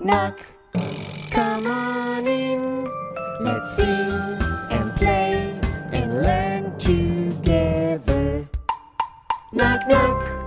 knock. Come on in, let's sing and play and learn together. Knock, knock.